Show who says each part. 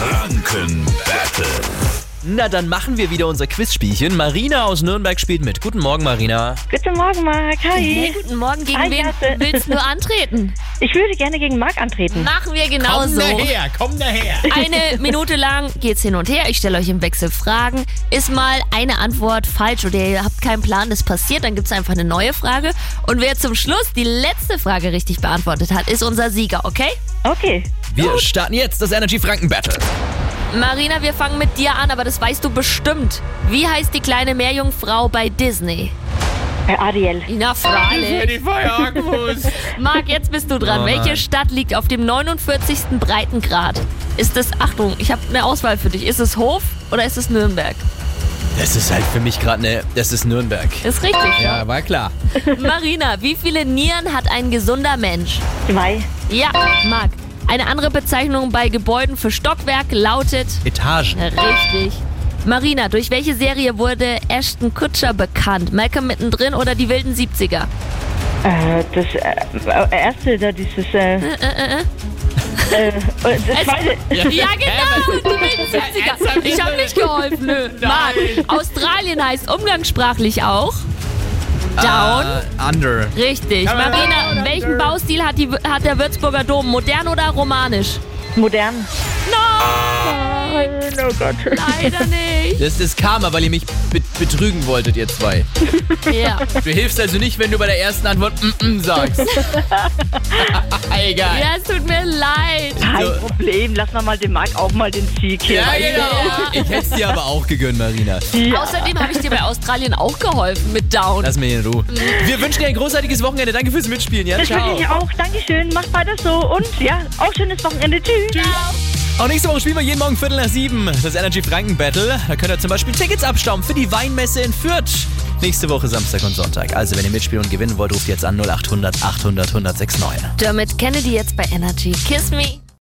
Speaker 1: Franken Battle.
Speaker 2: Na, dann machen wir wieder unser Quizspielchen. Marina aus Nürnberg spielt mit. Guten Morgen, Marina.
Speaker 3: Guten Morgen, Marc.
Speaker 4: Hey,
Speaker 3: Hi.
Speaker 4: guten Morgen. Gegen
Speaker 3: Hi,
Speaker 4: wen
Speaker 3: Klasse.
Speaker 4: willst du antreten?
Speaker 3: Ich würde gerne gegen Marc antreten.
Speaker 4: Machen wir genauso.
Speaker 1: komm daher.
Speaker 4: Eine Minute lang geht's hin und her. Ich stelle euch im Wechsel Fragen. Ist mal eine Antwort falsch oder ihr habt keinen Plan, das passiert, dann gibt's einfach eine neue Frage. Und wer zum Schluss die letzte Frage richtig beantwortet hat, ist unser Sieger, okay?
Speaker 3: Okay.
Speaker 2: Wir starten jetzt das Energy Franken Battle.
Speaker 4: Marina, wir fangen mit dir an, aber das weißt du bestimmt. Wie heißt die kleine Meerjungfrau bei Disney?
Speaker 3: Bei Ariel.
Speaker 4: Na, Frale.
Speaker 1: Die Feuerhakenwurst.
Speaker 4: Marc, jetzt bist du dran.
Speaker 2: Oh nein.
Speaker 4: Welche Stadt liegt auf dem 49. Breitengrad? Ist es, Achtung, ich habe eine Auswahl für dich. Ist es Hof oder ist es Nürnberg?
Speaker 2: Das ist halt für mich gerade ne. Das ist Nürnberg.
Speaker 4: Ist richtig.
Speaker 2: Ja, war klar.
Speaker 4: Marina, wie viele Nieren hat ein gesunder Mensch?
Speaker 3: Zwei.
Speaker 4: Ja, Marc. Eine andere Bezeichnung bei Gebäuden für Stockwerk lautet
Speaker 2: Etagen.
Speaker 4: richtig. Marina, durch welche Serie wurde Ashton Kutscher bekannt? Malcolm mittendrin oder die wilden 70er?
Speaker 3: Äh, das äh, erste, da dieses. Äh, äh, äh, das zweite.
Speaker 4: Ja, genau, die wilden 70er. Ich habe nicht geholfen, nö. Marc, Australien heißt umgangssprachlich auch Down.
Speaker 2: Äh, under.
Speaker 4: Richtig. Marina, welchen Baustil hat, die, hat der Würzburger Dom? Modern oder romanisch?
Speaker 3: Modern.
Speaker 4: Nein,
Speaker 3: Oh Gott.
Speaker 4: leider nicht.
Speaker 2: Das ist Karma, weil ihr mich be betrügen wolltet, ihr zwei.
Speaker 4: Ja.
Speaker 2: Du hilfst also nicht, wenn du bei der ersten Antwort mm -mm sagst. Egal.
Speaker 4: ja, es tut mir leid.
Speaker 3: Kein
Speaker 2: So.
Speaker 3: Problem. Lass mal mal dem Marc auch mal den Sieg hier.
Speaker 2: Ja, genau. Ich hätte es dir aber auch gegönnt, Marina.
Speaker 4: Außerdem habe ich dir bei Australien auch geholfen mit Down.
Speaker 2: Lass mich in Ruhe. Wir wünschen dir ein großartiges Wochenende. Danke fürs Mitspielen. Ja,
Speaker 3: Das
Speaker 2: ciao.
Speaker 3: wünsche ich auch. Dankeschön. Macht weiter so. Und ja, auch schönes Wochenende. Tschüss.
Speaker 2: Auch nächste Woche spielen wir jeden Morgen Viertel nach sieben das Energy Franken Battle. Da könnt ihr zum Beispiel Tickets abstauben für die Weinmesse in Fürth. Nächste Woche Samstag und Sonntag. Also, wenn ihr mitspielen und gewinnen wollt, ruft jetzt an 0800 800 1069.
Speaker 4: Dermot Kennedy jetzt bei Energy. Kiss me.